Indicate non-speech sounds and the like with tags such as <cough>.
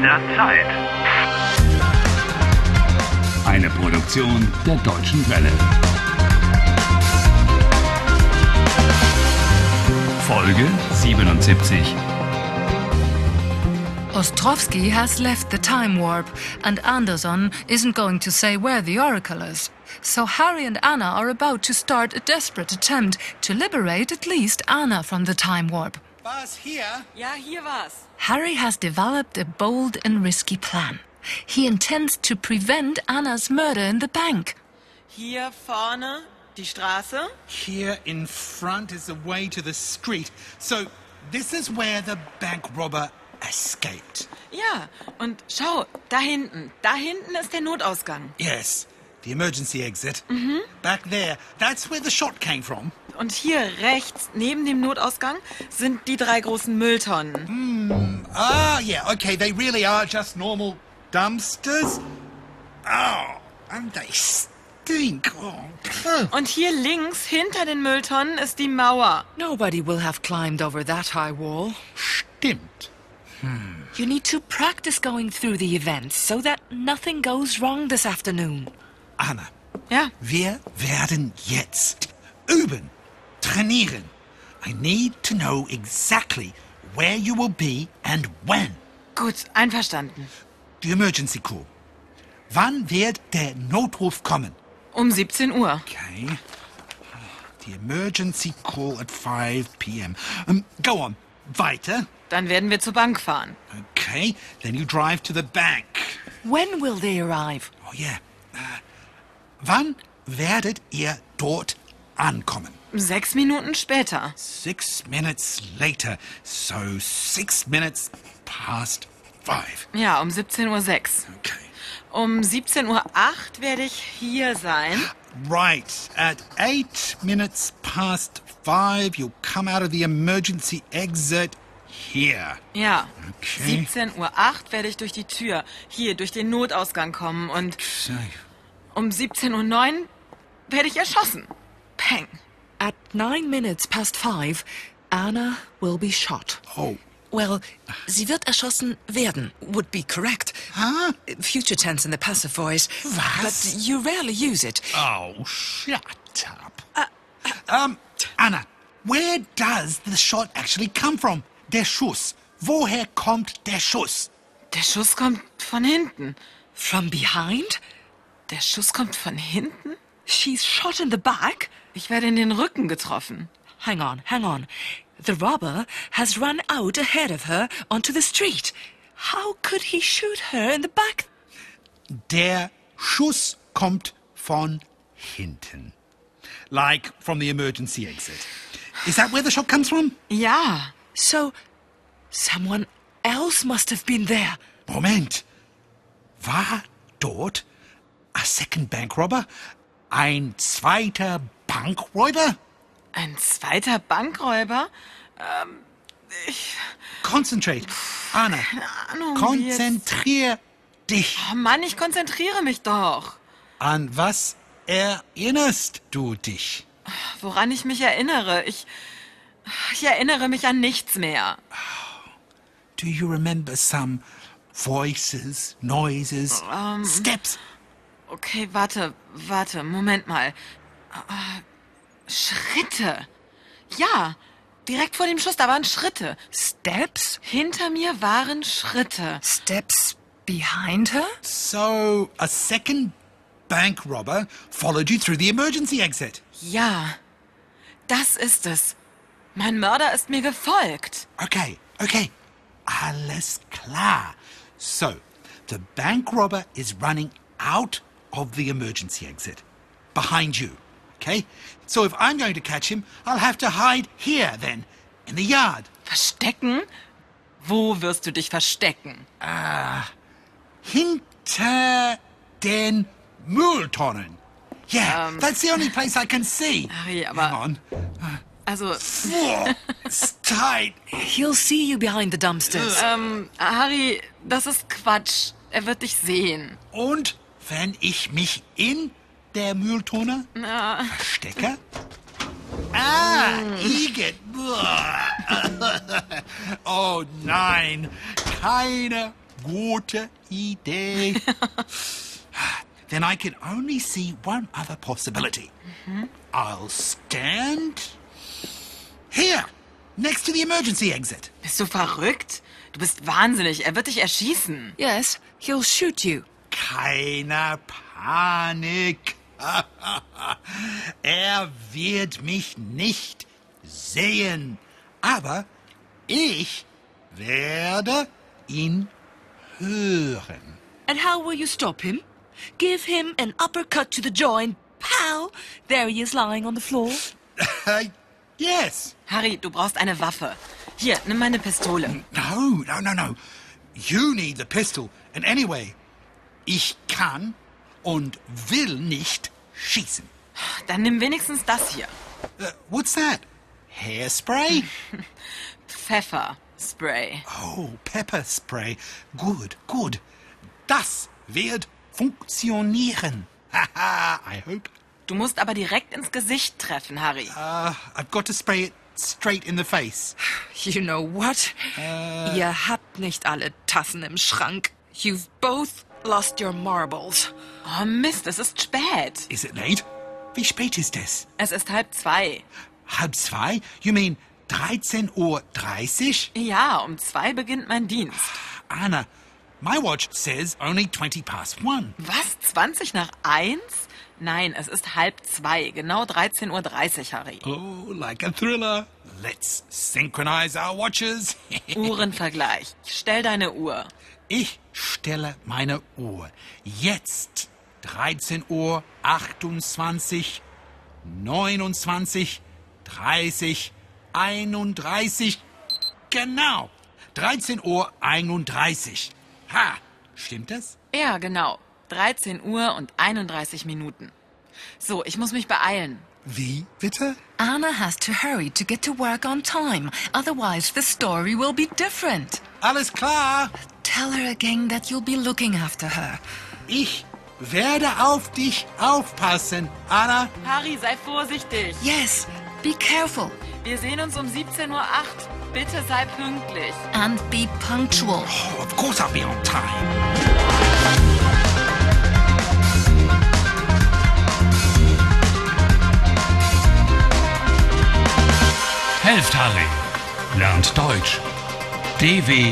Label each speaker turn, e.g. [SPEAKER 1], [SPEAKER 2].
[SPEAKER 1] der Zeit.
[SPEAKER 2] Eine Produktion der Deutschen Welle. Folge 77.
[SPEAKER 3] Ostrovsky has left the time warp, and Anderson isn't going to say where the Oracle is. So Harry and Anna are about to start a desperate attempt to liberate at least Anna from the time warp.
[SPEAKER 4] War es hier?
[SPEAKER 5] Ja, hier war's.
[SPEAKER 3] Harry has developed a bold and risky plan. He intends to prevent Anna's murder in the bank.
[SPEAKER 5] Hier vorne die Straße.
[SPEAKER 4] Here in front is the way to the street. So this is where the bank robber escaped.
[SPEAKER 5] Ja, und schau, da hinten. Da hinten ist der Notausgang.
[SPEAKER 4] Yes, the emergency exit. Back there. That's where the shot came from.
[SPEAKER 5] Und hier rechts, neben dem Notausgang, sind die drei großen Mülltonnen.
[SPEAKER 4] Ah, yeah, okay, they really are just normal dumpsters. Oh, and they stink. Oh, phew.
[SPEAKER 5] Und hier links, hinter den Mülltonnen, ist die Mauer.
[SPEAKER 3] Nobody will have climbed over that high wall.
[SPEAKER 4] stimmt.
[SPEAKER 3] You need to practice going through the events so that nothing goes wrong this afternoon.
[SPEAKER 4] Anna,
[SPEAKER 5] Ja,
[SPEAKER 4] wir werden jetzt üben, trainieren. I need to know exactly where you will be and when.
[SPEAKER 5] gut, einverstanden.
[SPEAKER 4] The emergency call. Wann wird der Notruf kommen?
[SPEAKER 5] Um 17 Uhr.
[SPEAKER 4] Okay. The emergency call at 5 p.m. Um, go on. Weiter.
[SPEAKER 5] Dann werden wir zur Bank fahren.
[SPEAKER 4] Okay. Then you drive to the bank.
[SPEAKER 3] When will they arrive?
[SPEAKER 4] Oh yeah. Uh, wann werdet ihr dort ankommen?
[SPEAKER 5] Sechs Minuten später.
[SPEAKER 4] Six minutes later. So six minutes past five.
[SPEAKER 5] Ja, um 17.06 Uhr.
[SPEAKER 4] Okay.
[SPEAKER 5] Um 17.08 Uhr werde ich hier sein.
[SPEAKER 4] Right. At eight minutes past five, you'll come out of the emergency exit here.
[SPEAKER 5] Ja.
[SPEAKER 4] Okay.
[SPEAKER 5] 17.08 Uhr werde ich durch die Tür, hier durch den Notausgang kommen und
[SPEAKER 4] So.
[SPEAKER 5] um 17.09 Uhr werde ich erschossen. Peng.
[SPEAKER 3] At nine minutes past five, Anna will be shot.
[SPEAKER 4] Oh,
[SPEAKER 6] Well, sie wird erschossen werden, would be correct.
[SPEAKER 4] Huh?
[SPEAKER 6] Future tense in the passive voice.
[SPEAKER 4] Was?
[SPEAKER 6] But you rarely use it.
[SPEAKER 4] oh, shut up. um, Anna, where does the shot actually come from? Der Schuss. Woher kommt der Schuss?
[SPEAKER 5] Der Schuss kommt von hinten.
[SPEAKER 3] From behind?
[SPEAKER 5] Der Schuss kommt von hinten?
[SPEAKER 3] She's shot in the back?
[SPEAKER 5] Ich werde in den Rücken getroffen.
[SPEAKER 3] Hang on, hang on. The robber has run out ahead of her onto the street. How could he shoot her in the back?
[SPEAKER 4] Der Schuss kommt von hinten. Like from the emergency exit. Is that where the shot comes from?
[SPEAKER 5] Ja.
[SPEAKER 3] So, someone else must have been there.
[SPEAKER 4] Moment. War dort a second bank robber? Ein zweiter Bankräuber?
[SPEAKER 5] Ein zweiter Bankräuber?
[SPEAKER 4] Concentrate. Anna,
[SPEAKER 5] Ahnung, wie Oh, jetzt-
[SPEAKER 4] konzentrier dich.
[SPEAKER 5] Oh Mann, ich konzentriere mich doch.
[SPEAKER 4] An was erinnerst du dich?
[SPEAKER 5] Woran ich mich erinnere, ich. Ich erinnere mich an nichts mehr.
[SPEAKER 4] Do you remember some voices, noises, steps?
[SPEAKER 5] Okay, warte, warte, Moment mal. Ah, Schritte. Ja, direkt vor dem Schuss, da waren Schritte.
[SPEAKER 3] Steps?
[SPEAKER 5] Hinter mir waren Schritte.
[SPEAKER 3] Steps behind her?
[SPEAKER 4] So, a second bank robber followed you through the emergency exit.
[SPEAKER 5] Ja, das ist es. Mein Mörder ist mir gefolgt.
[SPEAKER 4] Okay, okay. Alles klar. So, the bank robber is running out of the emergency exit. Behind you. Okay? So if I'm going to catch him, I'll have to hide here then, in the yard.
[SPEAKER 5] Verstecken? Wo wirst du dich verstecken?
[SPEAKER 4] Hinter den Mülltonnen. Yeah, that's the only place I can see.
[SPEAKER 5] Harry, aber-
[SPEAKER 4] Hang on.
[SPEAKER 5] Also,
[SPEAKER 4] Whoa, it's tight.
[SPEAKER 3] He'll see you behind the dumpsters.
[SPEAKER 6] Uh.
[SPEAKER 5] Harry, das ist Quatsch. Er wird dich sehen.
[SPEAKER 4] Und wenn ich mich in der Mülltonne verstecke? Ah, <laughs> Igitt. Uah. Oh nein, keine Gute Idee. then I can only see one other possibility. I'll stand here, next to the emergency exit.
[SPEAKER 5] Bist du verrückt? Du bist wahnsinnig. Er wird dich erschießen.
[SPEAKER 6] Yes, he'll shoot you.
[SPEAKER 4] Keine Panik. <laughs> er wird mich nicht sehen. Aber ich werde ihn hören.
[SPEAKER 6] And how will you stop him? Give him an uppercut to the jaw and pow! There he is lying on the floor.
[SPEAKER 4] Äh, yes.
[SPEAKER 5] Harry, du brauchst eine Waffe. Hier, nimm meine Pistole.
[SPEAKER 4] No, no, no, no. You need the pistol. And anyway, ich kann und will nicht schießen.
[SPEAKER 5] Dann nimm wenigstens das hier.
[SPEAKER 4] Äh, what's that? Hairspray?
[SPEAKER 5] Pfefferspray.
[SPEAKER 4] Oh, pepper spray. Good, good. Das wird funktionieren. <laughs> Haha, I hope.
[SPEAKER 5] Du musst aber direkt ins Gesicht treffen, Harry.
[SPEAKER 4] Uh, I've got to spray it straight in the face.
[SPEAKER 6] You know what? Ihr habt nicht alle Tassen im Schrank. You've both lost your marbles.
[SPEAKER 5] Oh Mist, es ist spät.
[SPEAKER 4] Is it late? Wie spät ist es?
[SPEAKER 5] Es ist halb zwei.
[SPEAKER 4] Halb zwei? You mean 13.30 Uhr?
[SPEAKER 5] Ja, um zwei beginnt mein Dienst.
[SPEAKER 4] Anna, my watch says only 20 past one.
[SPEAKER 5] Was? 20 nach eins? Nein, es ist halb zwei. Genau 13.30 Uhr, Harry.
[SPEAKER 4] Oh, like a thriller. Let's synchronize our watches. <laughs>
[SPEAKER 5] Uhrenvergleich. Stell deine Uhr.
[SPEAKER 4] Ich stelle meine Uhr. Jetzt 13 Uhr 28, 29, 30, 31. Genau. 13 Uhr 31. Ha, stimmt das?
[SPEAKER 5] Ja, genau. 13 Uhr und 31 Minuten. So, ich muss mich beeilen.
[SPEAKER 4] Wie bitte?
[SPEAKER 3] Anna has to hurry to get to work on time, otherwise, the story will be different.
[SPEAKER 4] Alles klar.
[SPEAKER 3] Tell her again that you'll be looking after her.
[SPEAKER 4] Ich werde auf dich aufpassen, Anna.
[SPEAKER 5] Harry, sei vorsichtig.
[SPEAKER 3] Yes, be careful
[SPEAKER 5] Wir sehen uns um 17.08 Uhr. Bitte sei pünktlich.
[SPEAKER 3] and be punctual.
[SPEAKER 4] Oh, of course I'll be on time.
[SPEAKER 2] Helft Harry. Lernt Deutsch. dw.com/harry.